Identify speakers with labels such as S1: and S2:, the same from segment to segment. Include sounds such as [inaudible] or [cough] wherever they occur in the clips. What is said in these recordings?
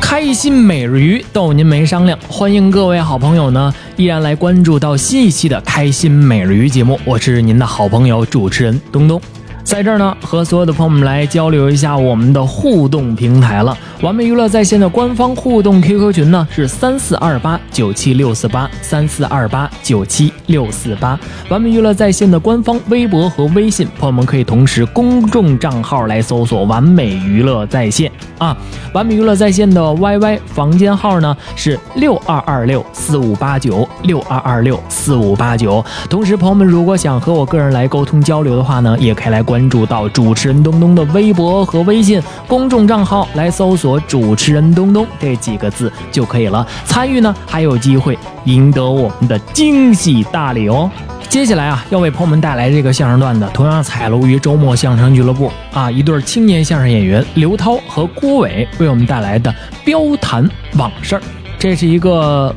S1: 开心每日鱼逗您没商量，欢迎各位好朋友呢，依然来关注到新一期的开心每日鱼节目，我是您的好朋友主持人东东。在这儿呢，和所有的朋友们来交流一下我们的互动平台了。完美娱乐在线的官方互动 QQ 群呢是三四二八九七六四八三四二八九七六四八。完美娱乐在线的官方微博和微信，朋友们可以同时公众账号来搜索“完美娱乐在线”啊。完美娱乐在线的 YY 房间号呢是六二二六四五八九六二二六四五八九。同时，朋友们如果想和我个人来沟通交流的话呢，也可以来关注到主持人东东的微博和微信公众账号，来搜索“主持人东东”这几个字就可以了。参与呢，还有机会赢得我们的惊喜大礼哦。接下来啊，要为朋友们带来这个相声段子，同样采录于周末相声俱乐部啊，一对青年相声演员刘涛和郭伟为我们带来的《标谈往事儿》，这是一个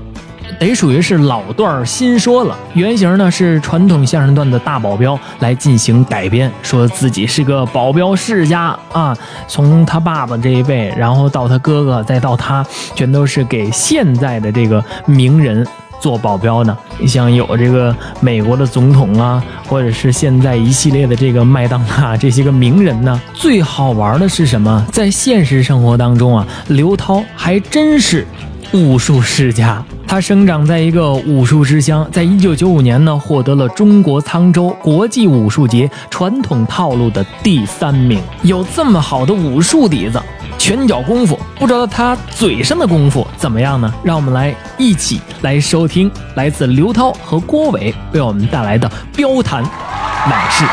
S1: 得属于是老段儿新说了，原型呢是传统相声段子大保镖来进行改编，说自己是个保镖世家啊，从他爸爸这一辈，然后到他哥哥，再到他，全都是给现在的这个名人做保镖呢。你像有这个美国的总统啊，或者是现在一系列的这个麦当娜 [laughs] 这些个名人呢。最好玩的是什么？在现实生活当中啊，刘涛还真是武术世家。他生长在一个武术之乡，在一九九五年呢，获得了中国沧州国际武术节传统套路的第三名。有这么好的武术底子，拳脚功夫，不知道他嘴上的功夫怎么样呢？让我们来一起来收听来自刘涛和郭伟为我们带来的《标谈往事》。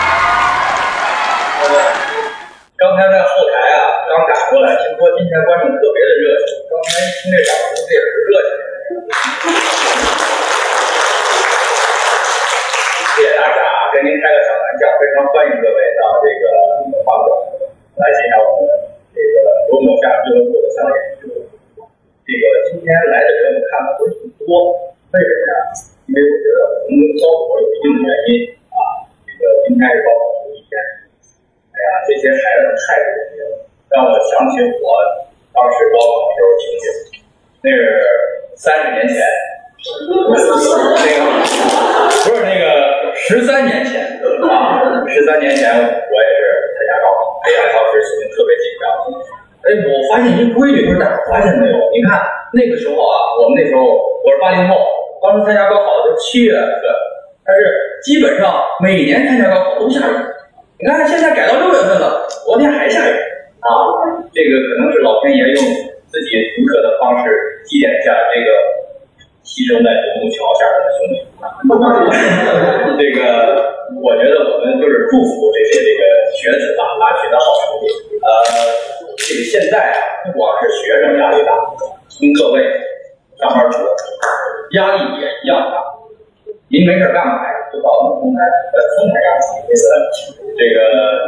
S2: 刚才在后台啊，刚打过来，听说今天观众特别的热情。刚才听这掌声，这也是热情。谢谢大家啊，跟您开个小玩笑，非常欢迎各位到这个花馆来欣赏我们这个罗某相声俱乐部的相声演出。这个今天来的人我看了不是很多，为什么呀？因为我觉得可能包括有一定的原因啊，这个应该是包括有一天。哎呀，这些孩子太不容易了，让我想起我当时高考的时候情景，那是三十年前，那个不是那个十三年前啊，十三年前我也是参加高考，哎呀，当时心情特别紧张。哎，我发现一规律，不是大家发现没有？你看那个时候啊，我们那时候我是八零后，当时参加高考的时候七月份，但是基本上每年参加高考都下雨。你看现在改到六月份了，昨天还下雨啊！这个可能是老天爷用自己独特的方式祭奠一下这个牺牲在独木桥下的兄弟。这个我觉得我们就是祝福这些这个学子吧，啊，取得好成绩。呃，这个现在啊，不光是学生压力大，跟各位上班族压力也一样大。您没事干嘛呀？就到我们丰台，呃，丰台干嘛？这个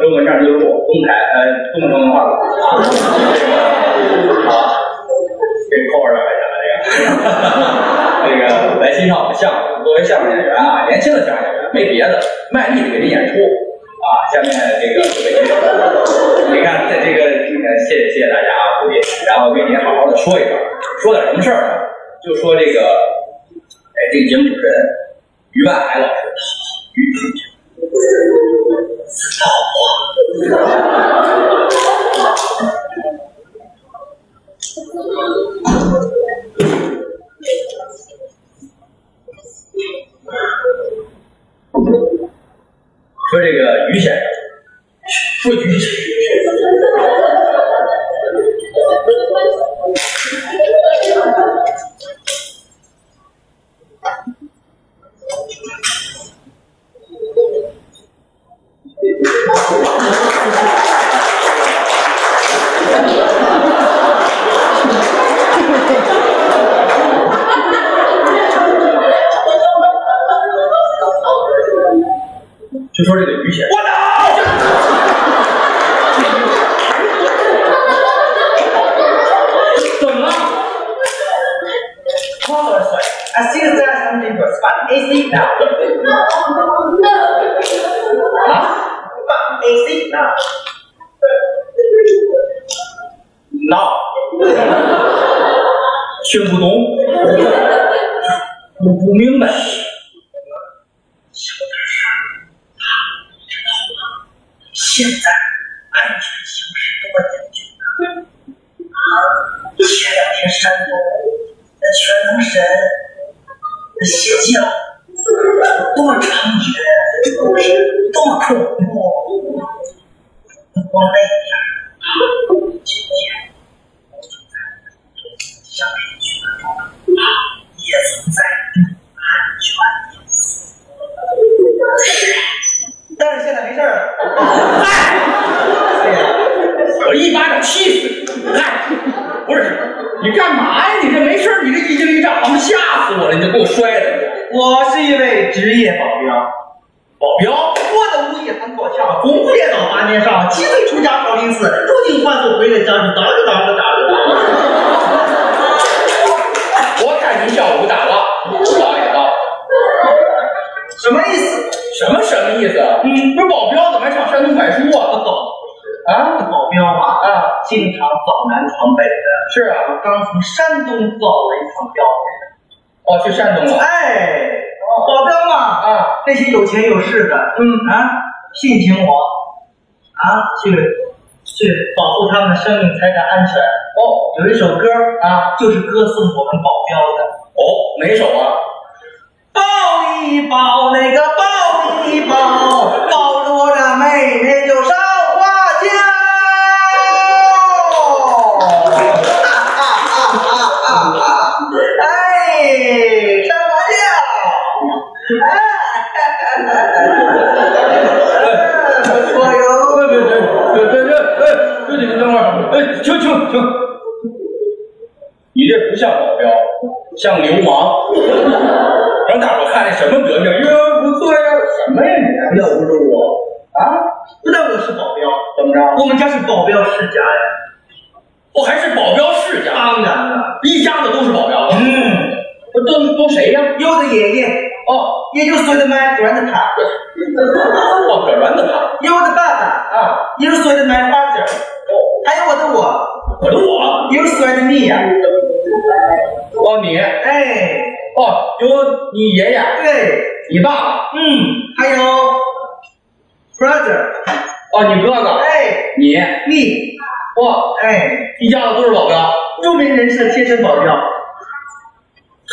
S2: 中国相声俱乐部，丰台，呃，不能说文化馆啊，这个啊，这扣二百块钱了，这个，这个来欣赏我们相声。作为相声演员啊，年轻的相声演员，没别的，卖力的给您演出啊。下面这个给您，你看这这个，你看，谢谢谢谢大家啊，鼓励，然后给您好好的说一段，说点什么事儿呢？就说这个，哎，这个节目主持人于万海老师，于主持人。说这个于先生，说于先生，就说这个于先生，
S3: Congressman, I see that there's something for spot AC now. Spot AC now.
S2: now，听不懂，我不明白。
S3: 现在安全形势多严峻啊！前两天山东那全能神那邪教多猖獗，多恐怖！光那边今天我就在上山区的中也曾在安全隐私，但是现在没事儿了。
S2: 我一巴掌气死你！哎，不是你干嘛呀？你这没事儿你这一惊一乍，他们吓死我了！你就给我摔了！
S3: 我是一位职业保镖，
S2: 保镖，
S3: 我的武艺很高强，功夫练到八年上，七岁出家少林寺，入境换宿回来家是当着当着当着。
S2: 我看你要武打了，老爷子，
S3: 什么意思？
S2: 什么什么意思？嗯，不是保镖怎么还上山东快书啊？
S3: [laughs]
S2: 啊，
S3: 保镖啊啊，经常走南闯北的。
S2: 是啊，
S3: 我刚从山东走了一趟镖回
S2: 哦，去山东
S3: 来。
S2: 了。
S3: 哎，保镖嘛啊，那些有钱有势的，嗯啊，聘请我啊去去保护他们的生命财产安全。
S2: 哦
S3: 有一首歌啊，就是歌颂我们保镖的。
S2: 哦，哪首啊？
S3: 抱一抱，那个抱一抱，抱住我的妹妹就烧花椒。哎，烧花椒。哎，不错
S2: 别
S3: 哟。
S2: 别别别别别！哎，兄弟，等会儿，哎，停停停！你这不像保镖，像流氓。让大伙儿看那什么德行？哟，不错呀，什么呀你？
S3: 要侮辱我啊？不但我是保镖，
S2: 怎么着？
S3: 我们家是保镖世家呀。
S2: 我还是保镖世家，
S3: 当然了，
S2: 一家子都是保镖。
S3: 嗯，
S2: 不都都谁呀？
S3: 有的爷爷，
S2: 哦，
S3: 也就是所谓的买砖的他。
S2: 哦，葛源的他
S3: 有我的爸爸，
S2: 啊，哦
S3: 也就是所谓的买花姐，还有我的我，
S2: 我的我，
S3: 也就是所谓的你呀、
S2: 哦你，
S3: 哎，
S2: 哦有你爷爷，
S3: 对，
S2: 你爸爸，
S3: 嗯，还有 brother，
S2: 哦你哥哥，
S3: 哎，
S2: 你，
S3: 你，
S2: 哇，
S3: 哎，
S2: 一家子都是保镖，
S3: 著名人士的贴身保镖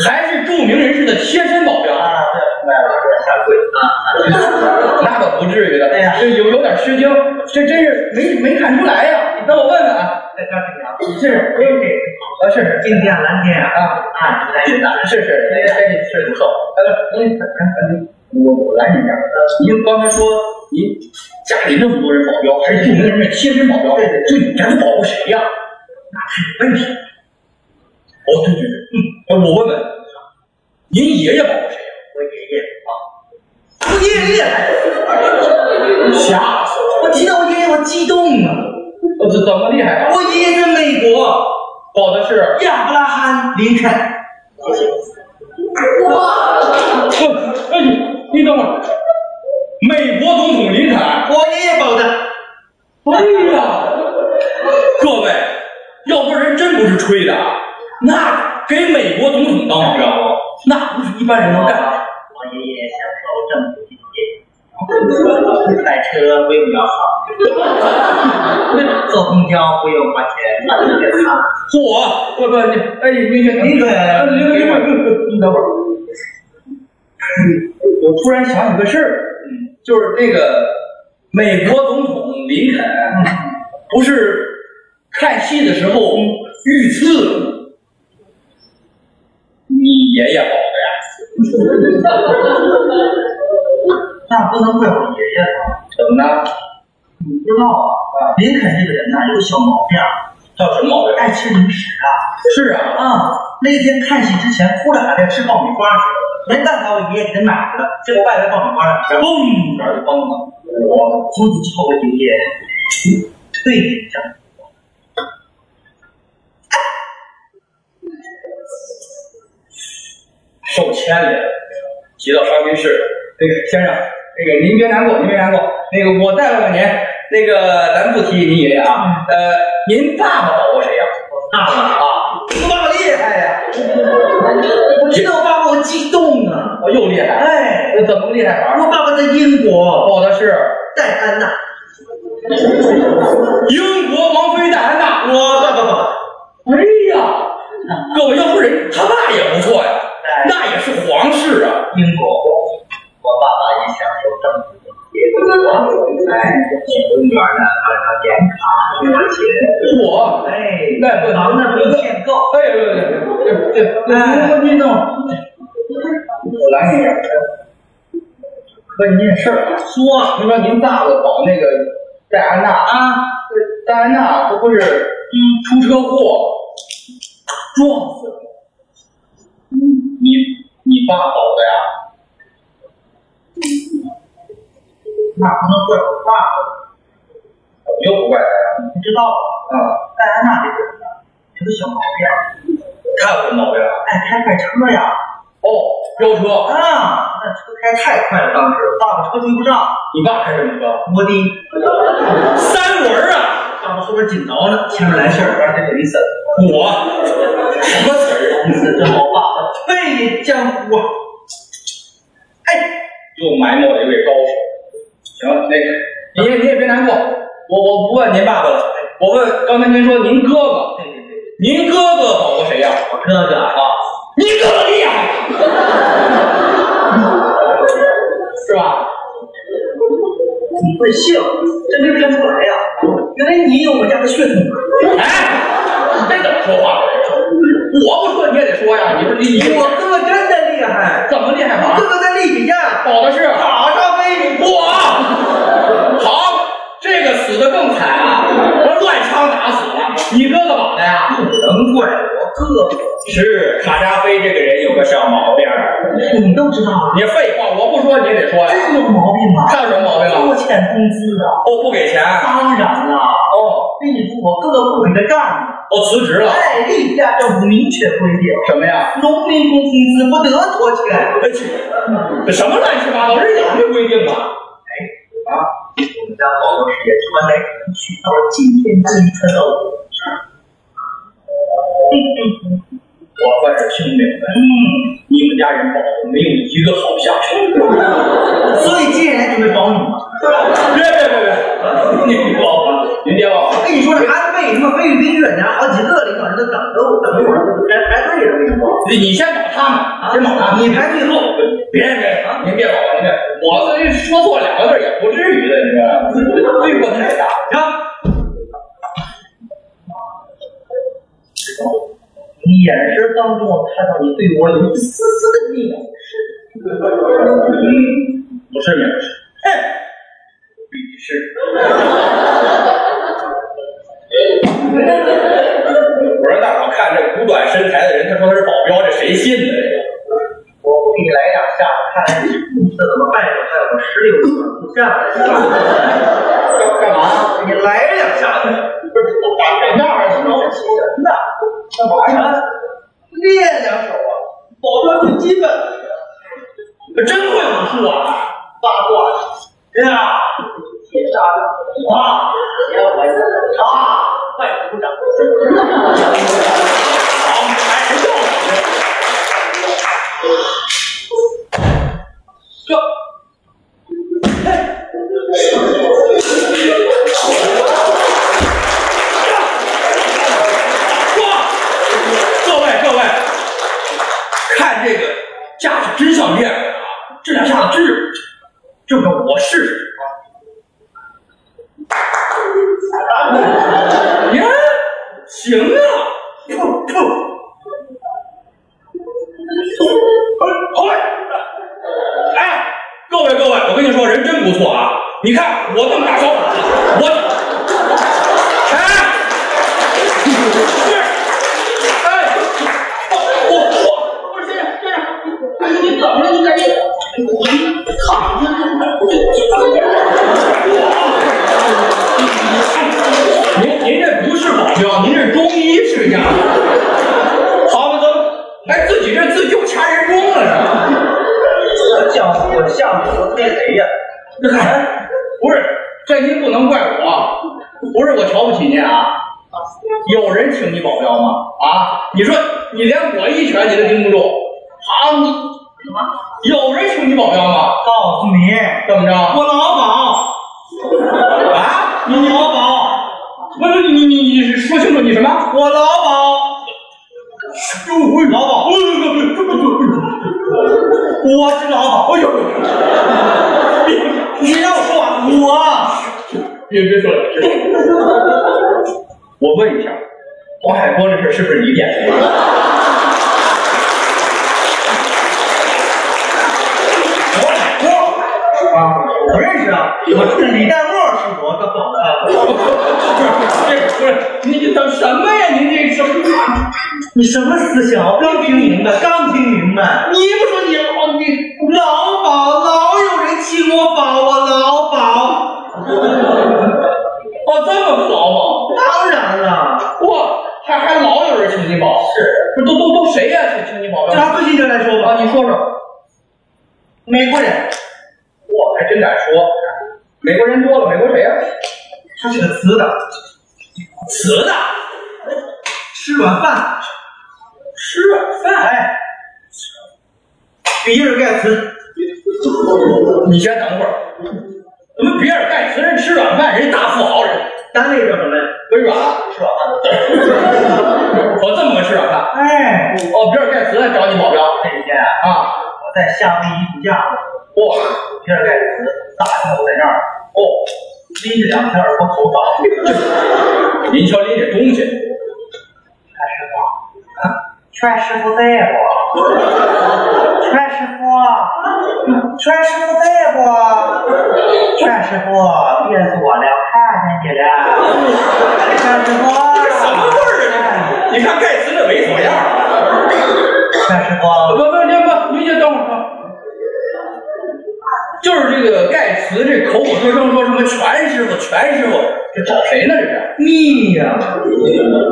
S2: 还是著名人士的贴身保镖。
S3: 啊，对，明白了，这下跪啊，
S2: [laughs] 那倒不至于的，
S3: 哎呀
S2: 这有有点吃惊，这真是没没看出来呀。那我问问啊，
S3: 在这里啊，
S2: 你这是
S3: 对对，
S2: 啊是是
S3: 今天蓝天啊，
S2: 啊
S3: 啊，来是的，
S2: 是是，哎呀，这是不错。呃，您您您，我我来一下。您刚才说您家里那么多人保镖，还是有人贴身保镖，就你敢保护谁呀？那是有问题。哦，对对对，嗯，我问问，您爷爷保护谁呀？
S3: 我爷爷啊，我爷爷，
S2: 吓死
S3: 我提到我爷爷我激动啊，
S2: 我！怎怎么厉害啊？
S3: 我爷爷在美国。
S2: 保的是
S3: 亚伯拉罕·林肯，
S2: 不，哎，你你等会儿，美国总统林肯，
S3: 我爷爷保的。
S2: 哎呀，各位，要不人真不是吹的，啊，那给美国总统当保镖，那不是一般人能干的。
S3: 我爷爷享受政府津贴，赛车不用摇号，坐公交不用花钱。
S2: 嚯，不不，你哎，你你
S3: 林肯
S2: 哎林肯林 [laughs] 肯，你等会儿，我突然想起个事儿，嗯，就是那个美国总统林肯，不是看戏的时候遇刺， [laughs] 你爷爷好的
S3: 那不能怪我爷爷
S2: 呀？怎么呢？
S3: 你不知道啊，林肯这个人呐、有个小毛病儿，
S2: 叫什么毛病？
S3: 爱吃零食啊。
S2: 是啊，
S3: 啊，那天看戏之前，哭着喊着吃爆米花去了，没办法，我爷爷给他买了，结果外来爆米花了，
S2: 嘣，这儿就崩了。
S3: 我从此之后我爷爷对你这样。
S2: 受牵连，提到伤兵室，那个先生，那个您别难过，您别难过，那个我代表您，那个咱不提您爷爷啊，
S3: 嗯
S2: 呃，您爸爸保过谁呀、
S3: 爸爸
S2: 啊？
S3: 我爸爸厉害呀！哎我知道我爸爸，我激动啊！
S2: 我又厉害，
S3: 哎，
S2: 怎么个厉害法儿？
S3: 我爸爸在英国，
S2: 报的是
S3: 戴安娜，
S2: 英国王妃戴安娜。
S3: 我爸爸爸，
S2: 哎呀，各位，要不人他爸也不错呀，那也是皇室啊。
S3: 哎英国，我爸爸也享受政治。哎，公园呢，还有健康，而且，
S2: 我
S3: 哎，
S2: 那不
S3: 忙的没见够。
S2: 哎呦，对对对对，
S3: 哎
S2: 运动，我来你可以件事儿说，您说您爸爸保那个戴安娜啊，戴安娜她不是嗯出车祸撞死了，你你爸保的呀？
S3: 那不能怪我爸爸，
S2: 怎么又不怪他呀？
S3: 你知道吗？
S2: 啊，
S3: 戴安娜这个人呢，有个小毛病，
S2: 他有什么毛病啊？
S3: 爱开快车呀。
S2: 哦，飙车，
S3: 啊，那车开太快了，当时爸爸车追不上，
S2: 你爸开什么车？
S3: 摩的，
S2: 三轮儿啊！
S3: 爸爸后边紧挠呢，前面来信儿，让这个意思，
S2: 我什么词儿啊？
S3: 意思真好，爸爸退隐江湖啊。哎，
S2: 又埋没了一位高手。行，那个，您您也别难过，我我不问您爸爸了，我问刚才您说您哥哥，您哥哥保过谁呀、
S3: 我哥哥
S2: 啊？您哥哥厉 [laughs] 害，是吧？
S3: 你会姓，真没看出来呀、原来你有我家的血统啊。
S2: 哎，这怎么说话？我不说你也得说呀，你不是你
S3: 我哥哥真的厉害，
S2: 怎么厉害
S3: 我
S2: 法
S3: 哥？哥在利比亚
S2: 保的是啊
S3: 打上飞，
S2: 我啊好，这个死的更惨啊，乱枪打死了。你哥哥保的呀？
S3: 不能怪我哥哥，
S2: 是卡扎菲这个人有个小毛病儿，
S3: 你都知道啊，
S2: 你废话，我不说你也得说呀。
S3: 真有毛病啊，
S2: 他有什么毛病
S3: 拖
S2: 啊？
S3: 欠工资啊，
S2: 哦，不给钱。
S3: 当然啦、
S2: 哦，
S3: 那你说我哥哥不给他干呢？
S2: 我辞职了。
S3: 哎，利比亚政府明确规定，
S2: 什么呀？
S3: 农民工薪资不得拖欠。
S2: 哎去这什么乱七八糟？这有什么规定啊？
S3: 啊，我们家保罗事业传来传去，到今天这一刻到我这儿。
S2: 我算是听明白，
S3: 嗯，
S2: 你们家人保的没有一个好下场。
S3: 所以接下来准备保你嘛。
S2: 别别别别，您别忘了，您别忘
S3: 我
S2: 了。
S3: 跟你说，这安倍什么菲律宾、越南好几个领导人都等着我，等着我排排队了，跟你说。
S2: 你你先保他们，先保他们。
S3: 你排最后。
S2: 别别啊！您别保，您别，我这说错两个字儿也不至于的，你知道吗？罪过太大。
S3: 啊！你眼神当中，我看到你对我有一丝丝的蔑视。
S2: 嗯，不是藐视，哼，鄙视。我说大伙看这骨短身材的人，他说他是保镖，这谁信呢？这
S3: 我给你来两下，看看你这怎么办？还有十六个不下来。
S2: 个干嘛？
S3: 你来两下，不是我打那儿呢，我气人呐！干嘛呀？练两手啊，保证最基本的
S2: 真会武术啊！
S3: 八卦。人啊，铁砂掌啊，然后啊，快鼓掌。
S2: 好，还是要这。各位各位，看这个架势真像猎人啊！这两下子真是就说我试试啊。呀，行啊，不不，好嘞。哎，各位各位，我跟你说，人真不错啊！你看我那么大小伙子，我，哎，哎，我我我是先生先生，
S3: 你怎么了？你赶紧，你躺
S2: 您您这不是保镖，您这中医世家。好嘛，咱们哎，自己这自救掐人中了是吧？
S3: 这叫我像我那谁呀？
S2: 这还不是，这您不能怪我，不是我瞧不起您啊。有人请你保镖吗？啊，你说你连我一拳你都顶不住，好你什么？有人请你保镖吗？
S3: 告诉你，
S2: 怎么着？
S3: 我老鸨，
S2: 啊，
S3: 你老鸨，
S2: 不是你你你你说清楚你什么？
S3: 我老鸨，老鸨。我是老鸨，哎呦，你你让我说完，我
S2: 别别说了，别说了我问一下，黄海波这事儿是不是你点的？
S3: 黄海波啊，我认识啊，我是李代沫是我的好的，
S2: 这不是 [laughs] 你你等什么呀？您这什么？
S3: 你什么思想？我刚听明白，刚听明白，
S2: 你不说你老你
S3: 老鸨老有人请我保，
S2: 啊
S3: 我老鸨，
S2: 哦这么老吗？
S3: 当然了，
S2: 哇，还还老有人请你保是？不是都都都谁呀、请请你保
S3: 就
S2: 镖？
S3: 拿最近这来说吧，
S2: 啊，你说说，
S3: 美国人，
S2: 我还真敢说，美国人多了，美国谁呀、
S3: 他是个雌的，
S2: 雌的，
S3: 吃软饭，
S2: 吃软饭。
S3: 哎，比尔盖茨。
S2: 你先等会儿，怎么比尔盖茨人吃软饭，人家大富豪人，
S3: 单位叫什么呀？
S2: 微软吃软饭，我这么个吃软饭。
S3: 哎，
S2: 哦，比尔盖茨找你保镖哎
S3: 那天啊，
S2: 啊？
S3: 我在夏威夷度假，
S2: 哇
S3: 比尔盖茨打听我在那儿，
S2: 哦，
S3: 拎着两片儿我头发，
S2: 您瞧您这东西，
S3: 帅师傅在不？帅师傅，帅师傅在不？帅师傅，别做了，看见你了，帅师
S2: 什么味
S3: 傅，
S2: 儿啊？你看盖茨这猥琐样儿。
S3: 帅师
S2: 不
S3: 傅，
S2: 不不，您先等会儿。啊就是这个盖茨这口口声声说什么全师傅全师傅，这找谁呢？这是？
S3: 你呀，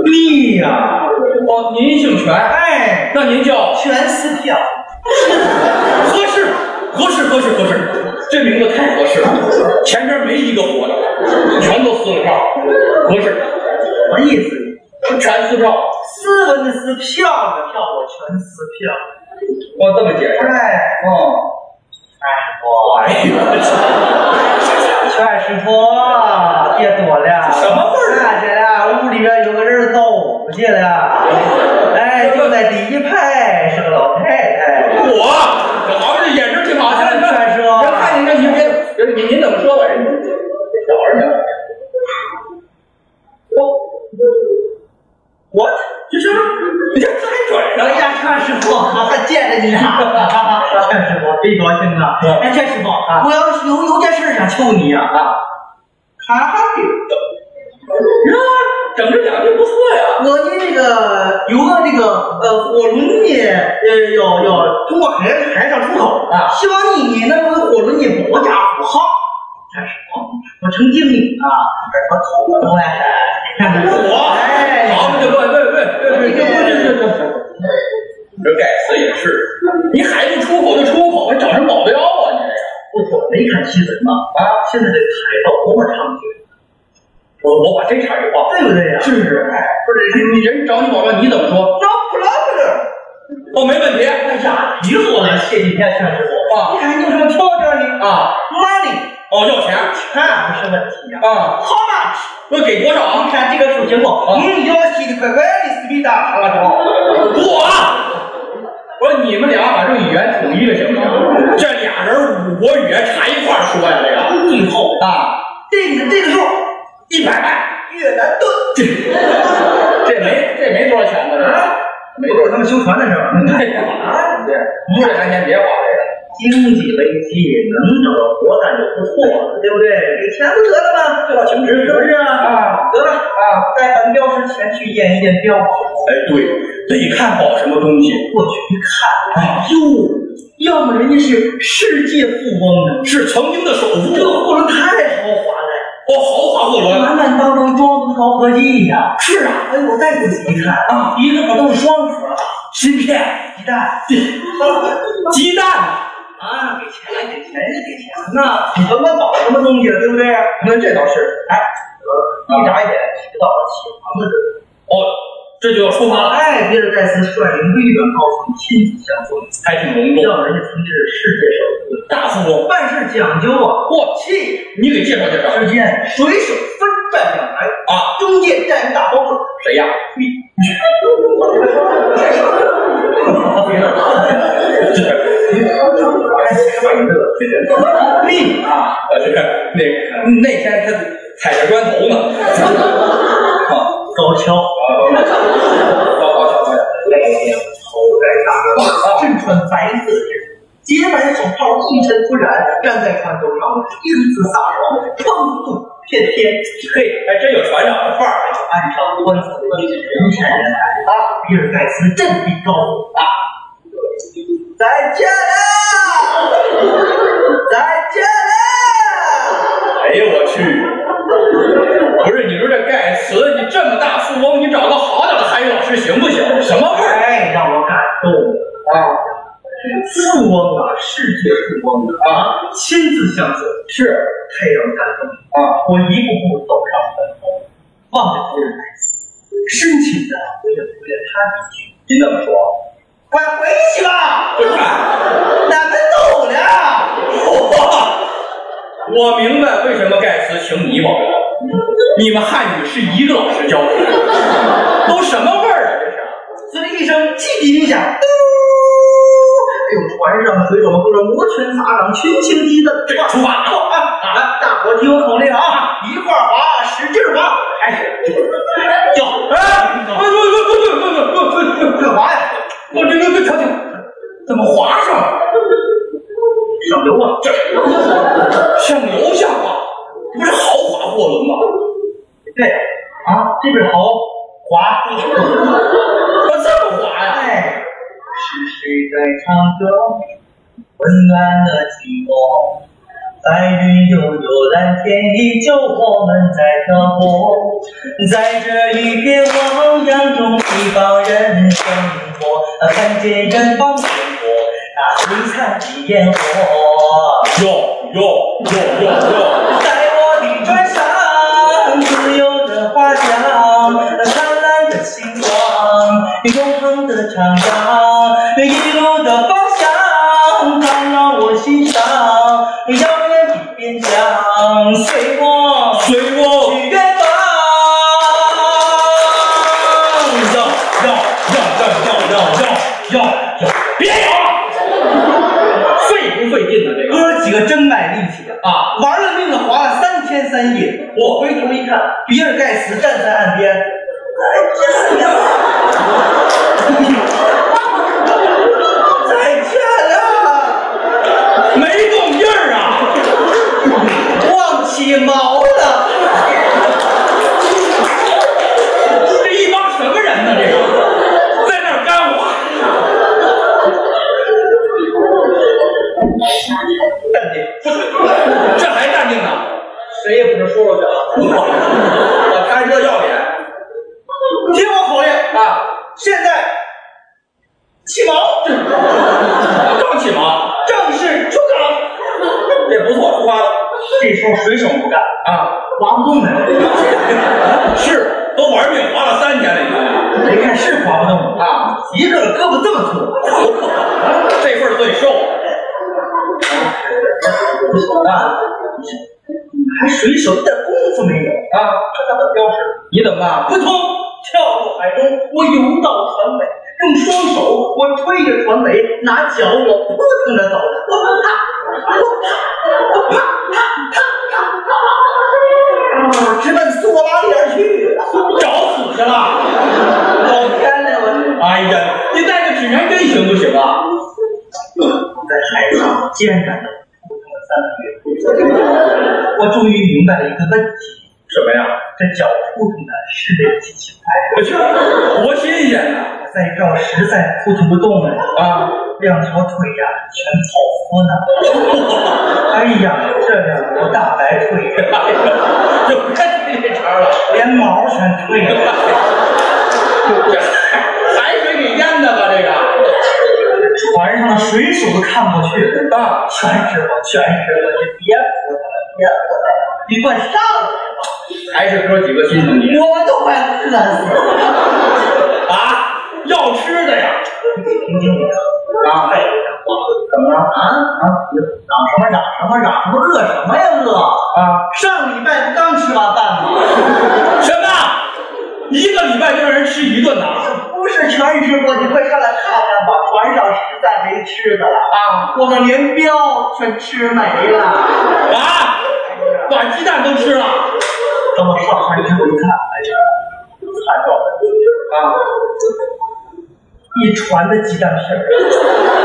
S3: 你呀，
S2: 哦，您姓全，
S3: 哎，
S2: 那您叫
S3: 全撕票，
S2: 合适，合适，合适，合适，这名字太合适了。前边没一个活的，全都撕了票，合适，
S3: 什么意思？
S2: 全撕票。
S3: 斯文的撕，票的票，我全撕票。
S2: 我这么解释。
S3: 哎，
S2: 哦，
S3: 帅
S2: 哎
S3: 师
S2: 呦我操！
S3: 傅，帅师傅，别躲了，
S2: 什么味儿
S3: 看见了，屋里边有个人走出去 [laughs] 了，哎，就在第一排，是个老太太。
S2: 我，这好像这眼神挺好，现在你看，
S3: 帅师傅
S2: 人看见这您别，人您您怎么说吧？人这小人呢？我我这什么？你这太准
S3: 哎
S2: 了呀！
S3: 呀，帅师傅，还见着 [laughs] 你了，帅师傅，真高兴啊！哎，帅师傅，我要是有有件事想求你啊，啊，卡
S2: 呀，整这两句不错呀。
S3: 我的那个有个那个呃火轮呢，呃要要通过海海上出口
S2: 啊
S3: 希望你你能为火轮呢保驾护航。但是我我成敬你啊，我头发都来了，你看看
S2: 我，
S3: 哎，
S2: 好，这问问问问，这这这这。这盖茨也是，你海不出口就出口，还整什么保镖啊？你这
S3: 不错，没看新闻吗？啊，现在这海盗多么猖獗，
S2: 我我把这产业化，
S3: 对不对呀、
S2: 是不是？哎，不是你你人找你保镖，你怎么说？
S3: No problem。
S2: 哦，没问题。
S3: 哎呀，急死我了！谢几天确实我
S2: 啊
S3: 你看你有什么条件呢？
S2: 啊，
S3: ，money
S2: 哦，要钱
S3: 钱不是问题呀、
S2: 啊，
S3: How much？
S2: 我给多少啊？
S3: 你看这个数节目，嗯，要洗的乖乖的，死皮大长
S2: [laughs]
S3: 了
S2: 我。我说你们俩把这语言统一了行不行？这俩人五国语言插一块儿十万这样
S3: 以后
S2: 啊，
S3: 这个这个数
S2: 一百万， [laughs]
S3: 越南盾，
S2: 这这没这没多少钱的啊，没多少，他们修船的事儿。对呀，啊，对，不是咱先别花这
S3: 经济危机能找到活干就不错了，对不对？给钱不得了吗？对吧？停止是不是
S2: 个
S3: 啊？
S2: 啊。
S3: 得了啊，在按标之前去验一验标，
S2: 哎，对，得看好什么东西。
S3: 过去一看，哎呦，要么人家是世界富翁呢，
S2: 是曾经的首富
S3: 这货轮太豪华
S2: 哦，豪华货
S3: 了，
S2: 轮。
S3: 满满当当装的高科技呀、
S2: 是啊，
S3: 哎，我再仔细一看啊，一个可都是双壳啊，芯片、鸡蛋，
S2: 鸡蛋，
S3: 啊，给钱了，给钱呀，给钱了。那甭管搞什么东西啊了，对不对？
S2: 那这倒是。
S3: 哎，一眨眼提到了起床的人。
S2: 哦，这就要出发了，
S3: 哎，比尔盖茨率领微软高层亲自相会，
S2: 还挺隆重。
S3: 让人家曾经是世界首富，
S2: 大富翁，
S3: 办事讲究啊，
S2: 我去，你给介绍介绍
S3: 之间水手分占两台，
S2: 啊？
S3: 中间占一大包子。
S2: 谁呀？你，
S3: 哎，快乐，
S2: 谢谢。
S3: 哎
S2: 你啊，呃，这那那天他踩着砖头呢。啊，
S3: [laughs] 高跷，头盖大，身穿白色制服，洁白手套一尘不染，站在船头上英姿飒爽，风度翩翩。
S2: 嘿，还真有船长的范儿。
S3: 按照官方的人权啊，比尔盖茨振臂高呼啊！再见了，再见了！
S2: 哎呦我去！不是，你说这盖茨，你这么大富翁，你找个好点的韩语老师行不行？什么味儿？
S3: 哎，让我感动啊！富翁啊，世界富翁啊，亲自相随，是太让人感动啊！我一步步走上坟头，望着比尔盖茨，深情的回了回了他一句
S2: 你怎么说？：“
S3: 快回去吧，咱们走了。”
S2: 我明白为什么盖茨请你保镖，你们汉语是一个老师教的，都什么味儿啊？这是。
S3: 随着一声汽笛音响，嘟！哎呦，船上的水手们都是摩拳擦掌，群情激奋，
S2: 这出发了
S3: 啊！啊！大伙听我口令啊，一块儿滑，使劲儿滑，开始，叫，
S2: 哎，不不不不不不不不！
S3: 快滑呀！
S2: 我这这这瞧瞧，怎么滑上了？
S3: 上流啊！
S2: 这上楼下滑，不是豪华货轮吗？
S3: 对啊，这边好滑，
S2: 我这么滑呀？
S3: 哎，是谁在唱歌？温暖的寂寞，白云悠悠，蓝天依旧，我们在漂泊，在这一片汪洋中，一帮人生活，啊看见远方烟火，啊那璀璨的烟火，
S2: 哟哟哟哟哟！
S3: 在我的船上，自由的花香，灿烂的星光，永恒的徜徉，一路的方向，它让我欣赏，遥远的边疆，随我
S2: 随我
S3: 去远方。
S2: 要要要要要要要要！别咬了，费不费劲呢？这个
S3: 哥几个真卖力气啊！
S2: 啊，
S3: 玩了命的划了三天三夜，我回头一看，比尔盖茨站在岸边，哎再见了，再见了，
S2: 没动静儿啊！
S3: 忘起毛了，
S2: 这一帮什么人呢？这个在那儿干活。
S3: 淡定，
S2: 不是，这还淡定呢？
S3: 谁也不准说出去啊！
S2: 我看热要脸
S3: 听我口令，
S2: 啊！
S3: 现在起毛，
S2: 刚起毛，
S3: 正式出港。
S2: 这不错，出发了
S3: 这时候水手不干，
S2: 啊！
S3: 划不动了，
S2: 是，都玩命滑了三天了，已
S3: 谁看是划不动了
S2: 啊！
S3: 一个个胳膊这么粗。
S2: 经这份儿最瘦，
S3: 啊，还水手一点功夫没有啊！看他的标识，
S2: 你怎么办？
S3: 扑通跳入海中，我游到船尾，用双手我推 [laughs] 着船尾，拿脚我扑腾着走，我啪啪，我啪，我啪，
S2: 哎
S3: 在海上艰难的扑腾了三个月，我终于明白了一个问题：
S2: 什么呀？
S3: 这脚扑腾的是得激情派。
S2: 我去，多新鲜啊！
S3: 我在这儿实在扑腾不动了
S2: 啊，
S3: 两条腿呀、全跑脱了。 [laughs] 哎呀，这两条大白腿，
S2: 就看这茬了，
S3: [laughs] 连毛全褪了。
S2: 这海水给淹的吧？这个
S3: 船上水手都看不去，
S2: 啊，
S3: 全是我，全是我，你别扑腾了，别扑腾了，你给我上来
S2: 还是哥几个心疼你
S3: 吧！我们都快饿死了。
S2: 啊！要吃的呀！
S3: 听听你的，
S2: 啊
S3: 哎呀，
S2: 怎么了？
S3: 啊啊！嚷什么嚷什么嚷什么饿什么呀饿？
S2: 啊？
S3: 上个礼拜不刚吃完饭吗？
S2: 什么？一个礼拜就让人吃一顿呐？
S3: 不是全吃过，你快上来看看吧，船上实在没吃的了啊！我们连标全吃没了。
S2: 啊！把鸡蛋都吃了
S3: 等我上船之后一看，哎呀，惨状
S2: 啊！
S3: 一船的鸡蛋皮儿。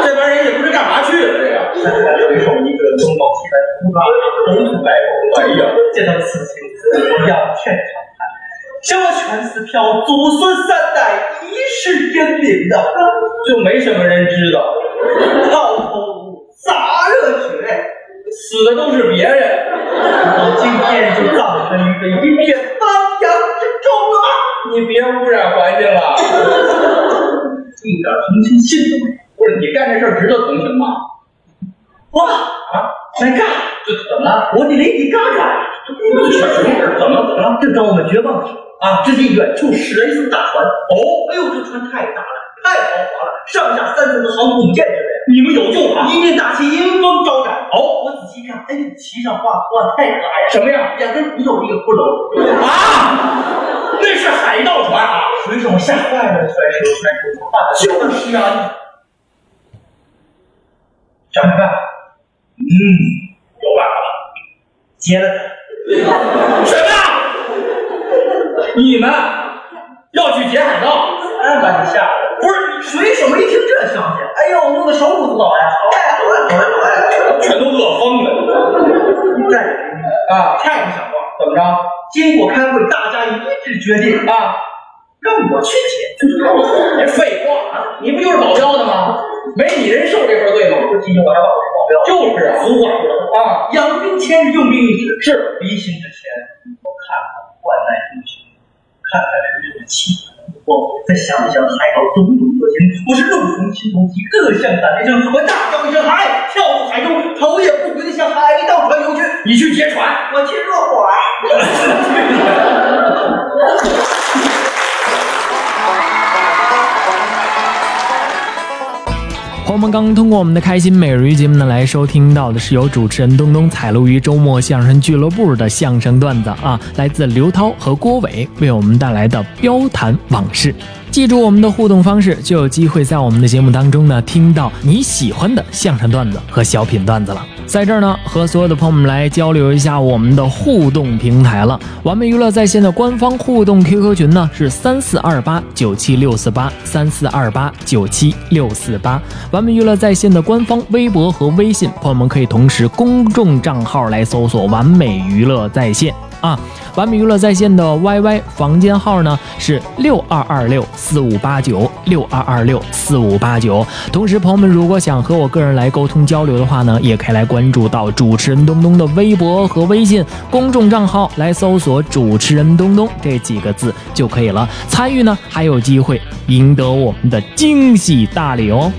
S2: 这帮人也不知道干嘛去了，这个。
S3: 水手一个东毛西白秃子，红土白头，哎呀，见到此情此景，仰天长叹，什么全四飘，祖孙三代一世英名的，
S2: 就没什么人知道，
S3: 到头洒热血，
S2: 死的都是别人。
S3: 我今天就葬身于这一片汪洋之中了吧。
S2: 你别污染环境了，
S3: 一点同情心都没有。
S2: 不是你干这事儿值得同情吗？
S3: 哇啊，没干，
S2: 这怎么了？
S3: 我得离你嘎嘎。
S2: 啊这什么事儿？怎么了？
S3: 正当我们绝望时啊，只见远处驶来一艘大船。哦，哎呦，这船太大了，太豪华了，上下三层的航空母舰之类。
S2: 你们有救啊！
S3: 一面大旗迎风招展。哦，我仔细看，哎，旗上画哇，太可爱了，
S2: 什么呀？
S3: 两根骨头一个骷髅。
S2: 啊！那是海盗船啊！
S3: 水手吓坏了，甩手甩手怎么办？就是啊，
S2: 想想看，嗯，有办法。
S3: 截了他。
S2: 什么？你们要去劫海盗？
S3: 哎，把你吓的！不是水手一听这消息，哎呦，弄得手舞足蹈呀！好呀，好呀，好呀，好
S2: [laughs]
S3: 呀！
S2: 全都饿疯了
S3: 再有一个
S2: 啊！
S3: 太不像话了。
S2: 怎么着？
S3: 经过开会，大家一致决定啊，
S2: 啊！
S3: 让我去解。
S2: 别废话，啊你不就是保镖的吗？没你人受这份罪吗？
S3: 不仅仅我还保镖，
S2: 就是啊，
S3: 俗话说
S2: 啊，
S3: 养兵千日，用兵一时。
S2: 是
S3: 离行之前，我看看万籁风景，看看时日的气目光，再想一想海岛种种恶行，我是怒从心头起，恶向胆边生。我大叫一声嗨，跳入海中，头也不回的向海盗船游去。
S2: 你去劫船。
S3: 我去入伙。
S1: 朋友们刚通过我们的开心每日鱼节目呢，来收听到的是由主持人东东采录于周末相声俱乐部的相声段子啊，来自刘涛和郭伟为我们带来的《标谈往事》。记住我们的互动方式，就有机会在我们的节目当中呢，听到你喜欢的相声段子和小品段子了。在这儿呢，和所有的朋友们来交流一下我们的互动平台了。完美娱乐在线的官方互动 QQ 群呢是三四二八九七六四八三四二八九七六四八。完美娱乐在线的官方微博和微信，朋友们可以同时公众账号来搜索“完美娱乐在线”啊。完美娱乐在线的 YY 房间号呢是六二二六四五八九六二二六四五八九。同时，朋友们如果想和我个人来沟通交流的话呢，也可以来关注到主持人东东的微博和微信公众账号，来搜索“主持人东东”这几个字就可以了。参与呢还有机会赢得我们的惊喜大礼哦。